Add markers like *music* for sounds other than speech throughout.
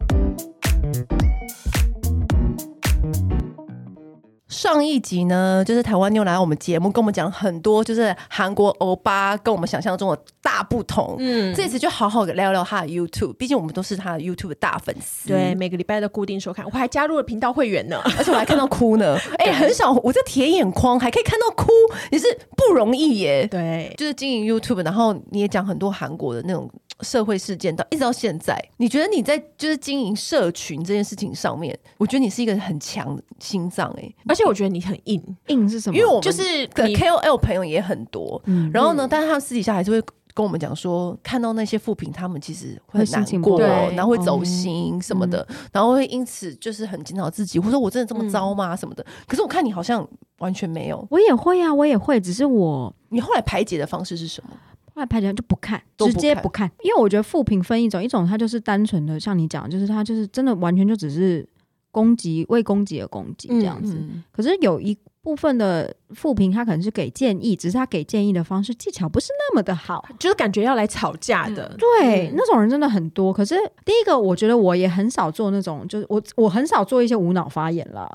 上一集呢，就是台湾妞来我们节目，跟我们讲很多，就是韩国欧巴跟我们想象中的大不同。嗯，这次就好好聊聊他的 YouTube，毕竟我们都是他的 YouTube 的大粉丝。对，，嗯每个礼拜都固定收看，我还加入了频道会员呢。而且我还看到哭 *laughs* 呢。哎、很少，我这铁眼框还可以看到哭，也是不容易耶。对，就是经营 YouTube，然后你也讲很多韩国的那种社会事件，到一直到现在，你觉得你在就是经营社群这件事情上面，我觉得你是一个很强的心脏哎、而且我觉得你很硬，硬是什么？因为我们就是的你 KOL 朋友也很多，嗯然后呢，但是他们私底下还是会。跟我们讲说，看到那些负评，他们其实会会很心情难不过，好然后会走心什么的，然后会因此就是很检讨自己，或者说我真的这么嗯糟吗？什么的。可是我看你好像完全没有，我也会啊，我也会，只是我你后来排解的方式是什么？后来拍起来就不看，都不直看接不看，因为我觉得负评分一种，一种它就是单纯的像你讲，就是它就是真的完全就只是攻击，为攻击而攻击这样子。嗯，可是有一部分的负评，它可能是给建议，只是他给建议的方式技巧不是那么的好。就是感觉要来吵架的。对，嗯那种人真的很多。可是第一个，我觉得我也很少做那种，就是我我很少做一些无脑发言啦。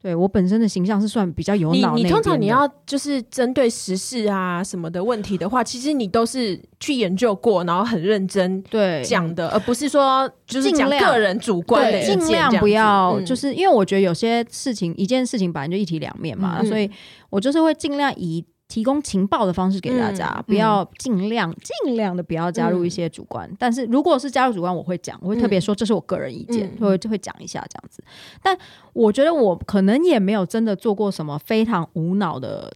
对我本身的形象是算比较嗯有你脑那一边的。你通常你要就是针对时事啊什么的问题的话，其实你都是去研究过，然后很认真对讲的，而不是说就是讲尽量个人主观的对，意尽见量这样不子要，嗯就是因为我觉得有些事情，一件事情本来就一体两面嘛，嗯所以我就是会尽量以提供情报的方式给大家，嗯不要尽量尽量的不要加入一些主观。但是如果是加入主观，我会讲，我会特别说这是我个人意见，嗯会就会讲一下这样子。但我觉得我可能也没有真的做过什么非常无脑的。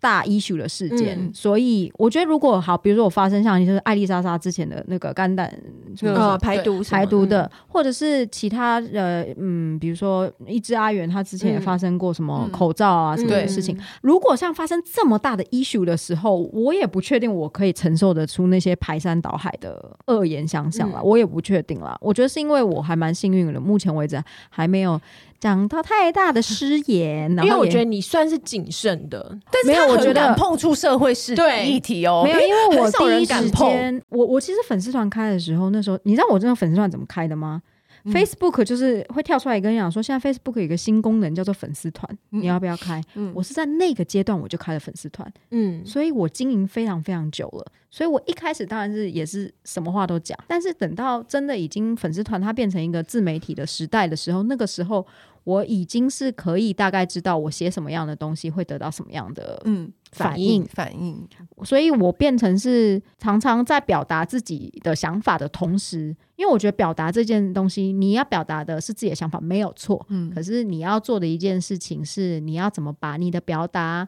大 issue 的事件，嗯所以我觉得如果好，比如说我发生像就是艾丽莎莎之前的那个肝胆什么呃排毒什么嗯排毒的，或者是其他呃嗯，比如说一只阿元，他之前也嗯发生过什么嗯口罩啊、什么对的事情。，如果像发生这么大的 issue 的时候，我也不确定我可以承受得出那些排山倒海的恶言相向啦，嗯我也不确定啦。我觉得是因为我还蛮幸运的，目前为止还没有讲到太大的失言，嗯然因为后我也觉得你算是谨慎的，但是没有他我很觉得敢碰触社会事对议题哦，没有，因为我很少第人一敢时碰间，我我其实粉丝团开的时候，那时候你知道我这个粉丝团怎么开的吗、嗯 f a c e b o o k 就是会跳出来跟你讲说，现在 Facebook 有一个新功能叫做粉丝团，嗯你要不要开？嗯我是在那个阶段我就开了粉丝团，嗯，所以我经营非常非常久了。所以我一开始当然是也是什么话都讲，但是等到真的已经粉丝团它变成一个自媒体的时代的时候，那个时候我已经是可以大概知道我写什么样的东西会得到什么样的嗯，反应。反应，所以我变成是常常在表达自己的想法的同时，因为我觉得表达这件东西，你要表达的是自己的想法没有错，嗯可是你要做的一件事情是，你要怎么把你的表达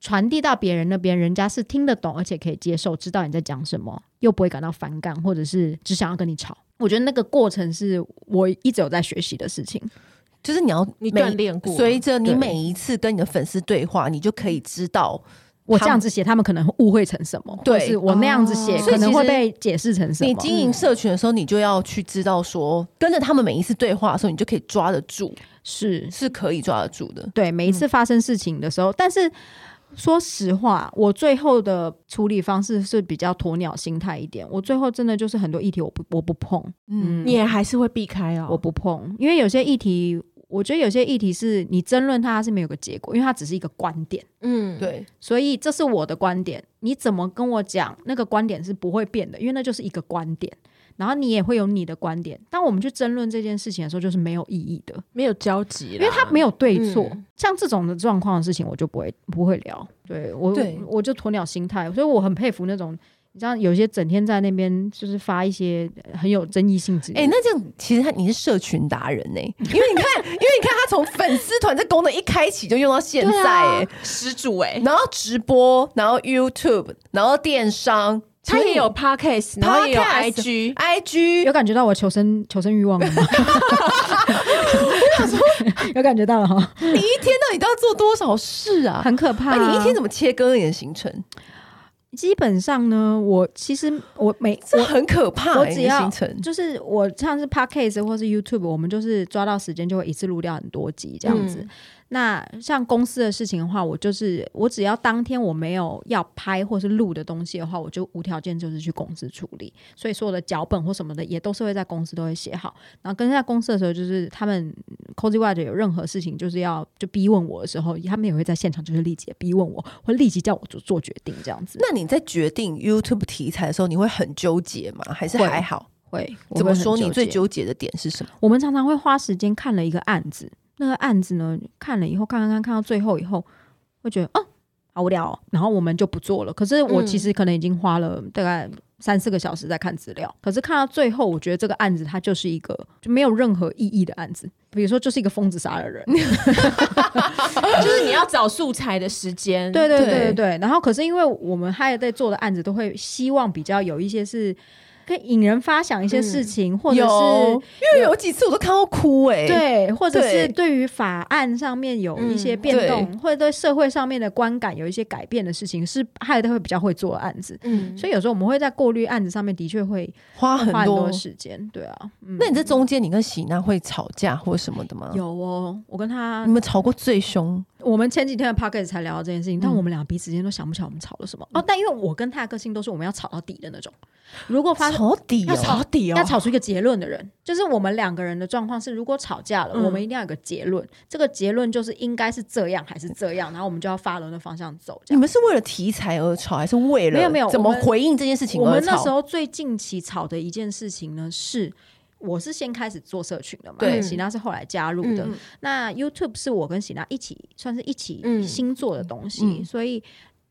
传递到别人那边，人家是听得懂，而且可以接受，知道你在讲什么，又不会感到反感，或者是只想要跟你吵。我觉得那个过程是我一直有在学习的事情。就是你要你每锻炼过，随着你对每一次跟你的粉丝对话，你就可以知道，我他这样子写，他们可能误会成什么，对或是我那样子写，哦可所以能其会实被解释成什么。嗯你经营社群的时候，你就要去知道说，跟着他们每一次对话的时候，你就可以抓得住，是是可以抓得住的。对，每一嗯次发生事情的时候，但是说实话，我最后的处理方式是比较鸵鸟心态一点。我最后真的就是很多议题我不我不碰，嗯，你也还是会避开哦。我不碰，因为有些议题，我觉得有些议题是你争论它它是没有个结果，因为它只是一个观点。嗯，对，所以这是我的观点，你怎么跟我讲，那个观点是不会变的，因为那就是一个观点。然后你也会有你的观点，当我们去争论这件事情的时候，就是没有意义的。没有交集啦，因为他没有对错，嗯像这种的状况的事情，我就不会不会聊。对我，对我就鸵鸟心态，所以我很佩服那种，你知道，有些整天在那边就是发一些呃很有争议性质的。哎、那这样其实他你是社群达人 *laughs* 呢、因为你看，因为你看他从粉丝团这功能一开启就用到现在、啊哎、始祖哎，然后直播，然后 YouTube，然后电商，他也有 podcast，然后也有 Podcast IG， IG，有感觉到我求生求生欲望了吗？ *laughs* 有感觉到了哈，你一天到底都要做多少事啊？很可怕、啊，你一天怎么切割你的行程？基本上呢，我其实我每这很可怕、欸。我你只要的行程就是我像是 podcast 或是 YouTube，我们就是抓到时间就会一次录掉很多集这样子。嗯那像公司的事情的话，我就是我只要当天我没有要拍或是录的东西的话，我就无条件就是去公司处理。所以所有的脚本或什么的也都是会在公司都会写好。然后跟在公司的时候，就是他们 Cozy w i d e 有任何事情就是要就逼问我的时候，他们也会在现场就是立即地逼问我，或立即叫我做做决定这样子。那你在决定 YouTube 题材的时候，你会很纠结吗？还是会还好？会我怎会么很说？你最结纠结的点是什么？我们常常会花时间看了一个案子，那个案子呢，看了以后，看看看，看到最后以后，会觉得哦，好无聊、哦，然后我们就不做了。可是我嗯其实可能已经花了大概三四个小时在看资料，可是看到最后，我觉得这个案子它就是一个就没有任何意义的案子。比如说，就是一个疯子杀了人，就是你要找素材的时间，对对对对对对。然后，可是因为我们还在做的案子，都会希望比较有一些是可以引人发想一些事情，或者是有，因为有几次我都看到哭哎、欸。对，或者对是对于法案上面有一些嗯变对动，或者对社会上面的观感有一些改变的事情，是害他会比较会做的案子。嗯，所以有时候我们会在过滤案子上面的确会花花啊很很多多。时间，对啊。嗯那你在中间，你跟喜娜会吵架或什么的吗？，有哦，我跟他你，们吵过最凶？我们前几天的 p o c k e t 才聊到这件事情，但嗯我们俩彼此之间都想不起来我们吵了什么。哦，但因为我跟他的个性都是我们要吵到底的那种，如果发吵底要哦，吵底要吵出一个结论的人，就是我们两个人的状况是，如果吵架了，嗯我们一定要有个结论，这个结论就是应该是这样还是这样，然后我们就要发轮的方向走。这你样，们是为了题材而吵，还是为了没有没有怎么我们回应这件事情我而们那时吵？候最近期吵的一件事情呢是。我是先开始做社群的嘛，对喜娜是后来加入的。嗯那 YouTube 是我跟喜娜一起，算是一起嗯新做的东西，嗯所以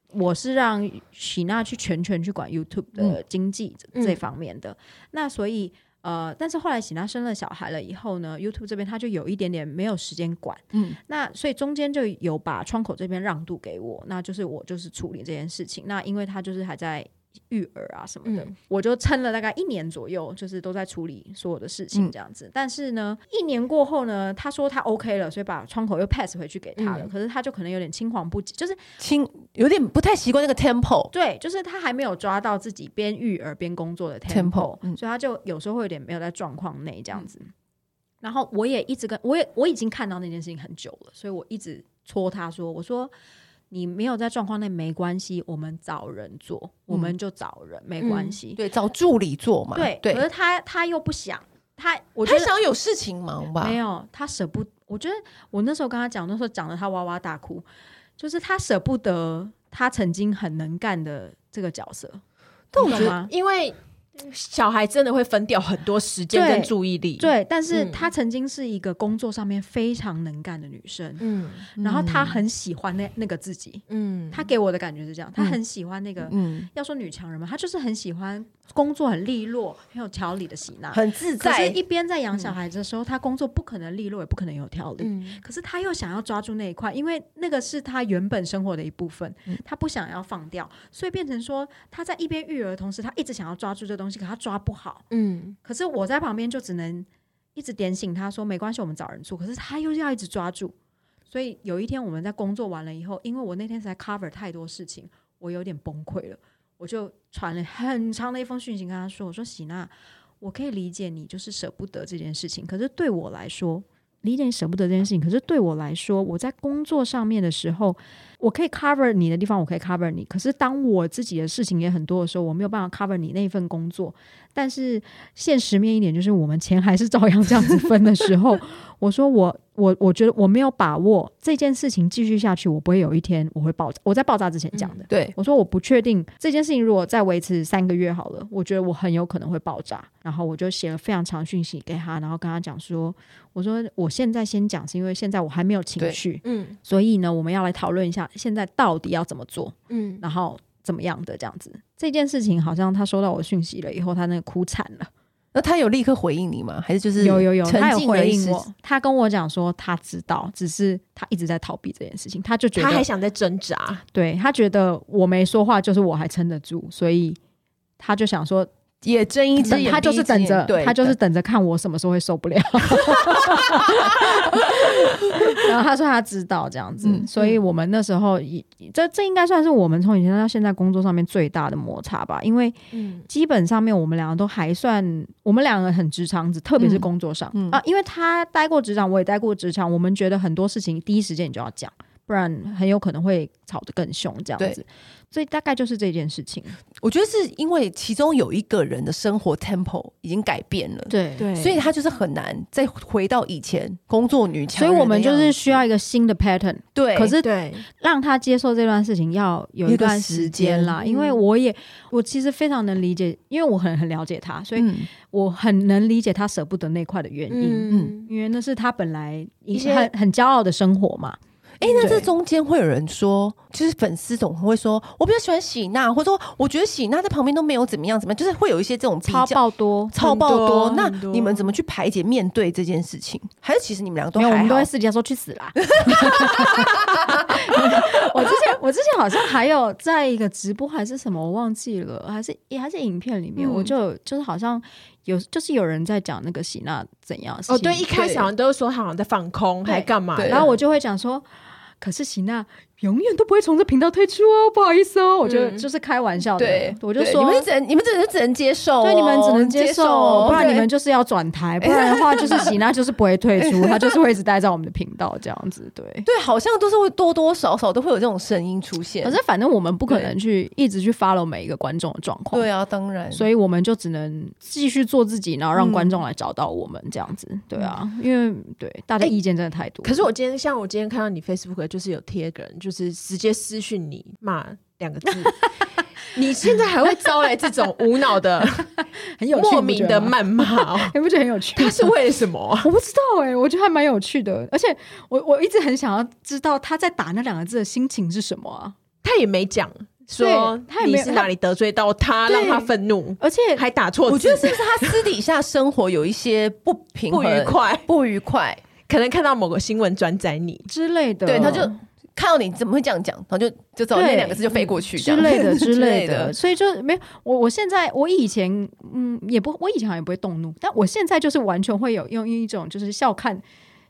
我是让喜娜去全权去管 YouTube 的经济这,、嗯这方面的。那所以呃，但是后来喜娜生了小孩了以后呢，YouTube 这边她就有一点点没有时间管，嗯，那所以中间就有把窗口这边让渡给我，那就是我就是处理这件事情。那因为她就是还在。育儿啊什么的，嗯我就撑了大概一年左右，就是都在处理所有的事情嗯这样子。但是呢，一年过后呢，她说她 OK 了，所以把窗口又 pass 回去给她了。嗯可是她就可能有点青黄不接，就是亲，有点不太习惯那个 tempo。对，就是他还没有抓到自己边育儿边工作的 Tempo， tempo，, 嗯嗯所以他就有时候会有点没有在状况内这样子。然后我也一直跟我也我已经看到那件事情很久了，所以我一直戳他说：“我说你没有在状况内没关系，我们找人做，我们就找人，没关系。对，找助理做嘛。嗯对可对，是他他又不想，他我觉他得想有事情忙吧没？有，他舍不。我觉得我那时候跟他讲，那时候讲的他哇哇大哭，就是他舍不得他曾经很能干的这个角色。但我你觉懂得吗因为小孩真的会分掉很多时间对跟注意力，，对，但是嗯她曾经是一个工作上面非常能干的女生，嗯然后她很喜欢那那个自己，嗯，她给我的感觉是这样，她很喜欢那个。嗯，要说女强人嘛，她就是很喜欢工作很利落、很有条理的喜娜。很自可是，在。嗯一边在养小孩的时候，她工作不可能利落，也不可能有条理。嗯可是她又想要抓住那一块，因为那个是她原本生活的一部分，她不想要放掉，所以变成说她在一边育儿的同时，她一直想要抓住这东西，可她抓不好。嗯可是我在旁边就只能一直点醒他说没关系，我们找人做。可是他又要一直抓住，所以有一天我们在工作完了以后，因为我那天实在 cover 太多事情，我有点崩溃了，我就传了很长的一封讯息跟他说：“我说喜娜，我可以理解你就是舍不得这件事情，可是对我来说。”理解你舍不得这件事情，可是对我来说，我在工作上面的时候，我可以 cover 你的地方，我可以 cover 你。可是当我自己的事情也很多的时候，我没有办法 cover 你那份工作。但是现实面一点，就是我们钱还是照样这样子分的 *laughs* 时候，我说我我我觉得我没有把握这件事情继续下去，我不会有一天我会爆炸。我在爆炸之前讲的，嗯对，我说我不确定这件事情如果再维持三个月好了，我觉得我很有可能会爆炸。然后我就写了非常长的讯息给他，然后跟他讲说，我说我现在先讲是因为现在我还没有情对绪，嗯所以呢，我们要来讨论一下现在到底要怎么做。嗯，然后怎么样的这样子。这件事情好像他收到我讯息了以后，他那个哭惨了。那他有立刻回应你吗？还是就是有有有，沉他有浸了回一应时我，他跟我讲说他知道，只是他一直在逃避这件事情，他就觉他还得，想再挣扎，对他觉得我没说话，就是我还撑得住，所以他就想说，也睁一只眼，他就是闭等一只眼着对，，他就是等等着看我什么时候会受不了。 *laughs* 然后他说他知道这样子，嗯所以我们那时候也这这应该算是我们从以前到现在工作上面最大的摩擦吧，因为嗯，基本上面我们两个都还算，我们两个很直肠子，特别是嗯工作上、嗯啊，因为他待过职场，我也待过职场，我们觉得很多事情第一时间你就要讲，不然很有可能会吵得更凶这样子。所以大概就是这件事情，我觉得是因为其中有一个人的生活 tempo 已经改变了，对对，所以他就是很难再回到以前工作女强所以人的样子。我们就是需要一个新的 pattern，对，可是对，让他接受这段事情要有一段时间啦，一个时间因为嗯我也我其实非常能理解，因为我很很了解他，所以嗯我很能理解他舍不得那块的原因，嗯因为那是他本来一一些很很骄傲的生活嘛。哎、那这对中间会有人说，就是粉丝总会说，我比较喜欢喜娜，或者说我觉得喜娜在旁边都没有怎么样怎么样，就是会有一些这种比超较。爆多，超爆多，很多那很多你们怎么去排解面对这件事情？还是其实你们两个都没有，我还们都好会？私底下说去死 *laughs* 啦。我之前我之前好像还有在一个直播还是什么，我忘记了，还是还是影片里面，嗯我就有就是好像有就是有人在讲那个喜娜怎样的事哦，情对，一开始好像都说他好像在放空，对还干嘛？对然后我就会讲说，可是喜娜永远都不会从这频道退出哦，不好意思哦，我就、嗯就是开玩笑的，对，我就对说你。们只能你们只能只能接受、哦，对，你们只能接受哦，哦不然你对们就是要转 *laughs* 台，不然的话就是喜娜就是不会退出，她就是会一直待在我们的频道这样子。对，对，好像都是会多多少少都会有这种声音出现。可是反正我们不可能去一直去 follow 每一个观众的状况，对啊，当然，所以我们就只能继续做自己，然后让观众来找到我们这样子。对啊，因为对大家哎意见真的太多了。可是我今天像我今天看到你 Facebook 就是有贴一个人，就是直接私讯你骂两 *laughs* 个字，你现在还会招来这种无脑的、 *laughs* 很有趣，莫你不名觉的得吗，谩骂、 *laughs* 哦，你不觉得很有趣啊吗？他是为了什么？我不知道哎、我觉得还蛮有趣的，而且我我一直很想要知道他在打那两个字的心情是什么啊，他也没讲说对他也没你有是哪里得罪到他，对让他愤怒，而且还打错字，我觉得是不是他私底下生活有一些不平衡、不愉、快，不愉快？可能看到某个新闻转载你。之类的，对，他就看到你怎么会这样讲，然后就就找那嗯对两个字就飞过去这之样 *laughs* 类 *laughs* 的之类的，的。所以就没有我我现在我以前嗯也不我以前好像也不会动怒，但我现在就是完全会有用一种就是笑看。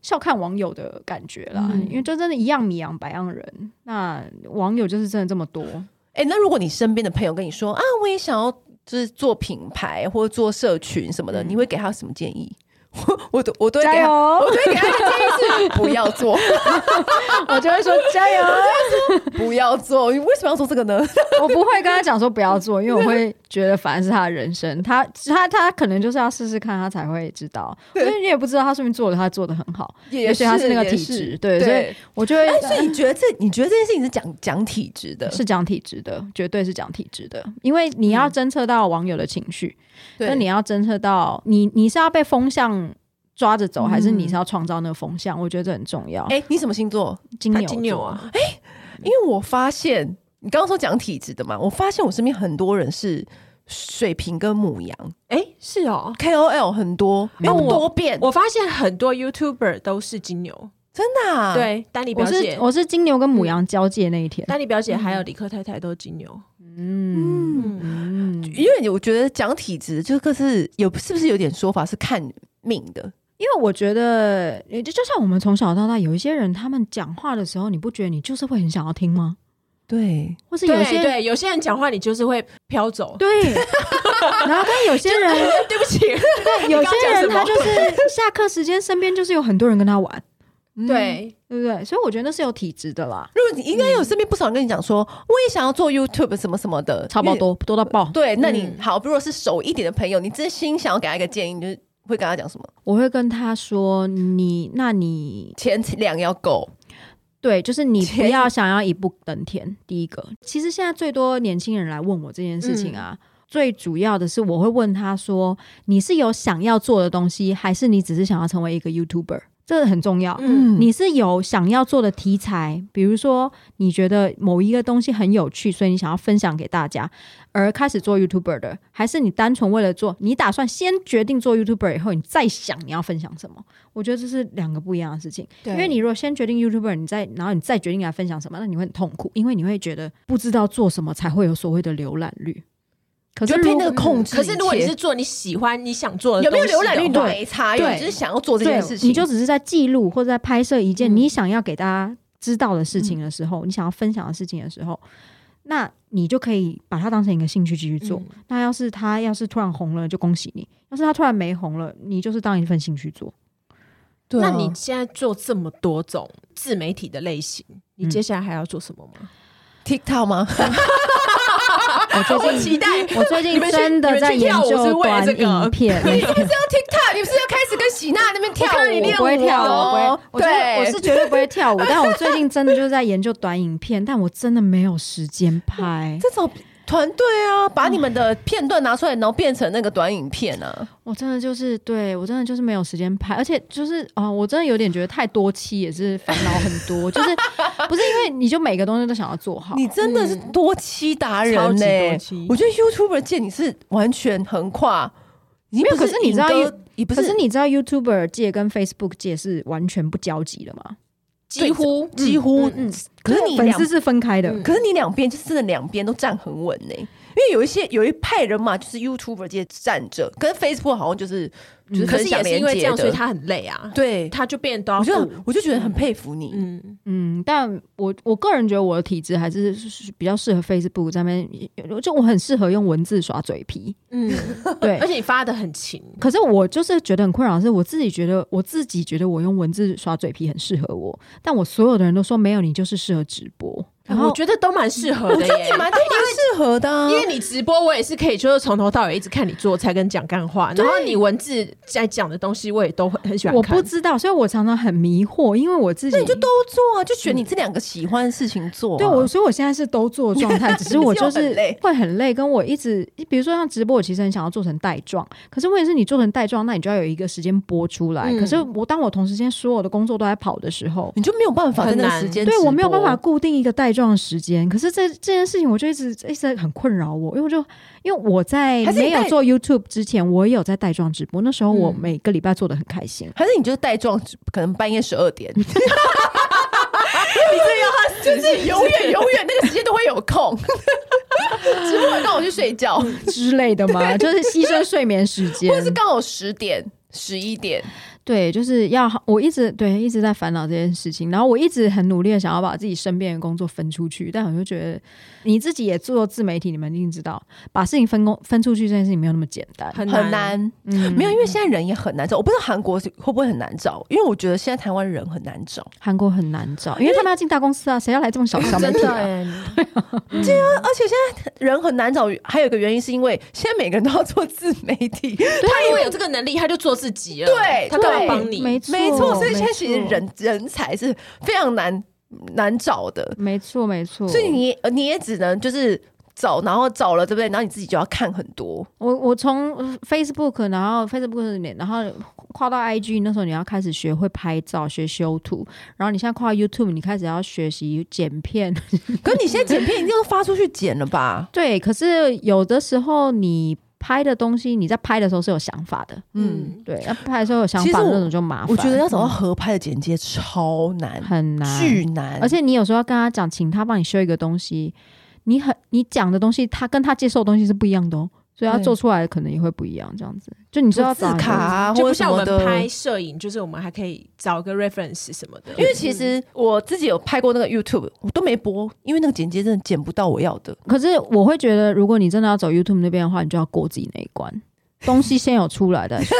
笑看网友的感觉啦，嗯因为就真的一样米养百样人，那网友就是真的这么多，哎、那如果你身边的朋友跟你说啊，我也想要就是做品牌或者做社群什么的，你会给他什么建议？ *laughs* 我我都我都会给嗯加他，油！我都会给他一个建议 *laughs* 是不要做， *laughs* 我就会 *laughs* 说加油。不要做。你为什么要做这个 *laughs* 呢？我不会跟他讲说不要做，因为我会觉得反正是他的人生，他他他可能就是要试试看，他才会知道。因为你也不知道他说明做了，他做的很好，也也许他是那个体也质，是对，所以对。我就会、哎、所以你觉得这你觉得这件事情是讲讲体质的？是讲体质的，绝对是讲体质的，因为嗯你要侦测到网友的情绪，对那你要侦测到你你是要被风向。抓着走，还是嗯你是要创造那个风向？我觉得这很重要。哎、你什么星座？金他牛，金牛，啊，因为我发现你刚刚说讲体质的嘛，我发现我身边很多人是水瓶跟母羊哎、是哦。 KOL 很多，因为那我多变，我发现很多 YouTuber 都是金牛，真的、啊、对，丹尼我表是姐，嗯嗯我是金牛跟母羊交界那一天。丹尼表姐还有理科太太都是金牛，嗯嗯，嗯，因为我觉得讲体质这个是有是不是有点说法是看命的？因为我觉得，也就就像我们从小到大，有一些人他们讲话的时候，你不觉得你就是会很想要听吗？对，或是有对些人对，有些人讲话你就是会飘走，对 *laughs* 然后跟有些人， *laughs* 对不起，*laughs* 对你有刚刚些讲什人么他就是下课时间身边就是有很多人跟他 *laughs* 玩，嗯。对，对不对？所以我觉得那是有体质的啦，如果你应该有身边不少人跟你讲说，我也想要做 YouTube 什么什么的，超爆因为。多多到爆。对，那你、嗯好，如果是熟一点的朋友，你真心想要给他一个建议，你就会跟他讲什么？我会跟他说，你那你前两要够，对，就是你不前 *laughs* 要想要一步登天。第一个，其实现在最多年轻人来问我这件事情啊，嗯最主要的是我会问他说，你是有想要做的东西，还是你只是想要成为一个 YouTuber？这个很重要。嗯，你是有想要做的题材，比如说你觉得某一个东西很有趣，所以你想要分享给大家，而开始做 YouTuber 的，还是你单纯为了做？你打算先决定做 YouTuber 以后，你再想你要分享什么？我觉得这是两个不一样的事情。对因为你如果先决定 YouTuber，你再然后你再决定来分享什么，那你会很痛苦，因为你会觉得不知道做什么才会有所谓的浏览率。可是就如拼那个控制一可切。是如果你是做你喜欢、你想做的有没有东西浏览率的都话没差，因为哦对你就是想要做这件事情，你就只是在记录或者在拍摄一件嗯你想要给大家知道的事情的时候，你想要分享的事情的时候，那你就可以把它当成一个兴趣继续做。嗯那要是他要是突然红了，就恭喜你；要是他突然没红了，你就是当一份兴趣做。对啊那你现在做这么多种自媒体的类型，你嗯接下来还要做什么吗？ TikTok 吗？我最 *laughs* 我近期待。我最近你们去真的在研你们去跳舞是究为了短这个影片， *laughs* 你 *laughs* 不是要 TikTok，你不是要开始跟喜娜那边跳 *laughs* 我看到你舞？练不会跳哦舞，我不会，我觉得对，我是绝对不会跳舞。但我最近真的就是在研究短影片，但我真的没有时间 *laughs* 拍，这种团队啊，把你们的片段拿出来，然后变成那个短影片啊。我真的就是对我真的就是没有时间拍，而且就是啊、我真的有点觉得太多期也是烦恼很多，就是不是因为你就每个东西都想要做好，你真的是嗯多期达人超级呢、多期我觉得 YouTuber 界你是完全横跨，没有可是你知道有也不可是是你知道 YouTuber 界跟 Facebook 界是完全不交集的吗？几乎几乎，嗯嗯嗯可是你啊粉两丝是分开的，嗯可是你两边就是真的两边都站很稳呢、因为有一些有一派人嘛，就是 YouTuber 界站着，可是 Facebook 好像就是就是嗯可是分享也是因为连这接样，所以的他很累啊，对，他就变得都要我就顾我就觉得很佩服你，嗯，嗯，但我我个人觉得我的体质还是是比较适合 Facebook 上面，就我很适合用文字耍嘴皮，嗯，对而。且你发的很勤，可是我就是觉得很困扰，是我自己觉得我自己觉得我用文字耍嘴皮很适合我，但我所有的人都说没有，你就是适合直播。然后我觉得都蛮适合的耶。蛮都蛮适合的啊、因为你直播，我也是可以，就是从头到尾一直看你做菜跟讲干话，然后你文字在讲的东西，我也都很很喜欢我看。不知道，所以我常常很迷惑，因为我自己那你就都做啊，就选嗯你这两个喜欢的事情做、啊。对我，所以我现在是都做的状态，只是我就你是有是很累会很累，跟我一直，比如说像直播，我其实很想要做成带状，可是问题是你做成带状，那你就要有一个时间播出来。嗯可是我当我同时间所有的工作都在跑的时候，你就没有办法在那很个难时间直对播，我没有办法固定一个带状的时间。可是这这件事情，我就一直一直很困扰我，因为我就因为我在还是你没有带做 YouTube 之前，我也有在带状直播，那时候我嗯每个礼拜做的很 *laughs* 开心。还是你就是带状，可能半夜十二 *laughs* 点， *laughs* 你这要就是永远永远那个时间都会有 *laughs* 空，直播完刚好去睡觉，或之类的嘛，就是牺牲睡眠 *laughs* 时间，者是刚好十点、十一点，对，就是要我一直对一直在烦恼这件事情，然后我一直很努力的想要把自己身边的工作分出去，但我就觉得你自己也做自媒体，你们一定知道，把事情分工分出去这件事情没有那么简单。很很难，难。嗯没有，因为现在人也很难找，我不知道韩国是会不会很难找，因为我觉得现在台湾人很难找。韩国很难找，因为他们要进大公司啊，谁要来 *laughs* 这么小小媒真体的啊？耶，呃而且现在人很难找，还有一个原因是因为现在每个人都要做自媒体，他因为有这个能力，他就做自己了，对他干嘛对帮你？没错，没嗯错，所以现在没其实错，人人才是非常难难找的，没错没错。所以你也你也只能就是找，然后找了对不对？然后你自己就要看很多，我我从呃 Facebook，然后 Facebook 里面，然后跨到 IG，那时候你要开始学会拍照，学修图，然后你现在跨到 YouTube，你开始要学习剪片。 *laughs* 可你现在剪片一定要发出去剪了吧？对，可是有的时候你拍的东西，你在拍的时候是有想法的，嗯，对，要拍的时候有想其实法我那种就麻烦。我觉得要找到嗯合拍的剪接超难，很难，巨难，而且你有时候要跟他讲，请他帮你修一个东西，你很你讲的东西，他跟他接受的东西是不一样的哦，所以他对做出来可能也会不一样。这样子，就你知道字卡啊，就或不者什像我么们的。拍摄影，就是我们还可以找个 reference 什么的，因为其实我自己有拍过那个 YouTube，我都没播，因为那个剪接真的剪不到我要的。可是我会觉得，如果你真的要走 YouTube 那边的话，你就要过自己那一关，东西先有出来再说。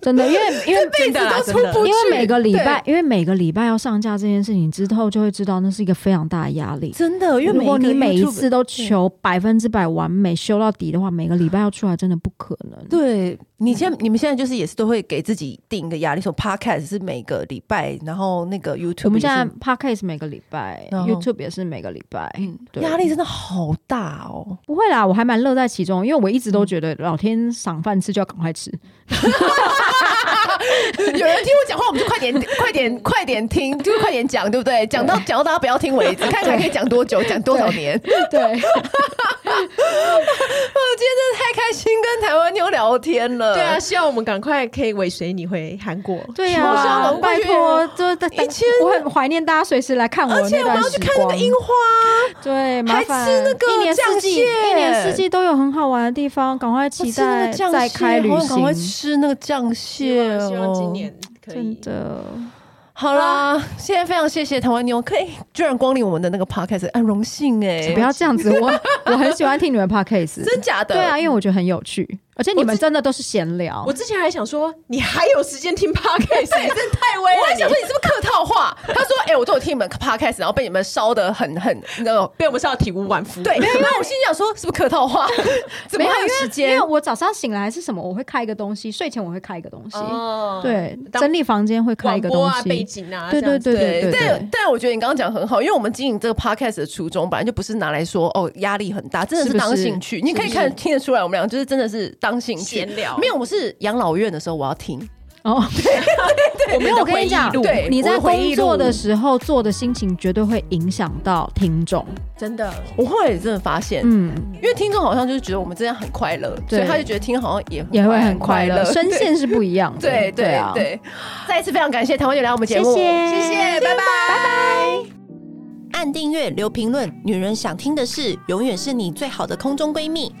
真的，因为 *laughs* 因为真的啦都出不因去为每个礼拜，因为每个礼拜要上架这件事情之后，就会知道那是一个非常大的压力。真的，因为如每果个你每一 YouTube- 次都求百分之百完美修到底的话，每个礼拜要出来真的不可能。对你现在你们现在就是也是都会给自己定一个压力，说 Podcast 是每个礼拜，然后那个 YouTube 我们现在也是 podcast 每个礼拜然后嗯，YouTube 也是每个礼拜，对压力真的好大哦。不会啦，我还蛮乐在其中，因为我一直都嗯觉得老天赏饭吃就要赶 *laughs* 快吃，有人听我讲话，我们就快点、 *laughs* 快点、快点听，就是快点讲，对不对？讲到讲到大家不要听为止，看还可以讲多久，讲多少年。我今天对。真的太开心，跟台湾妞聊天了。对啊，，希望我们赶快可以尾随你回韩国。 *laughs* 对希望呀、我们拜去托，这这个一千，我很怀念大家随时来看我的而且那我们段要去时看那个光。樱花，啊对，麻还烦吃那个一年四季，酱蟹一年四季都有很好玩的地方，赶快期我吃那待个酱再蟹开旅好想赶快行。吃那个酱希蟹望哦。希望今年可以真。的，好啦，现在非常谢谢台湾妞，可以居然光临我们的那个 podcast，啊，荣幸哎、不要这样子，我我很喜欢听你们 *laughs* podcast，真假的？对啊，因为我觉得很有趣，而且你们真的都是闲聊我。之前还想说，你还有时间 *laughs* 听 podcast，你真的太威了你。我还想说你是不是客套话？他说：“哎、我都有听你们 podcast，然后被你们烧的很很那种。被我们笑得体无完肤。”对，，然后我心想说：“是不是客套 *laughs* 话？怎么没还有有因为时因间为我早上醒来还是什么，我会开一个东西，睡前我会开一个东西，哦，对，当整理房间会开广一个播东啊，背西，景啊，对这样子对对对但但我觉得你刚刚讲得很好，因为我们经营这个 podcast 的初衷，本来就不是拿来说哦压力很大，真的是是不当是兴趣。你可以看听得出来，我们俩就是真的是当兴趣闲聊没有，我是养老院的时候我要听，哦，我没们有，的我跟回你忆讲录，对你在我的回忆工录作的时候做的心情绝对会影响到听众。真的我后来也真的发现，嗯，因为听众好像就是觉得我们真的很快乐，对所以他就觉得听好像也也会很快快乐，声线是不一样的。对对对啊，对再一次非常感谢台湾姐来我们节目，谢谢谢谢，拜拜。按订阅，留评论，女人想听的事，永远是你最好的空中闺蜜。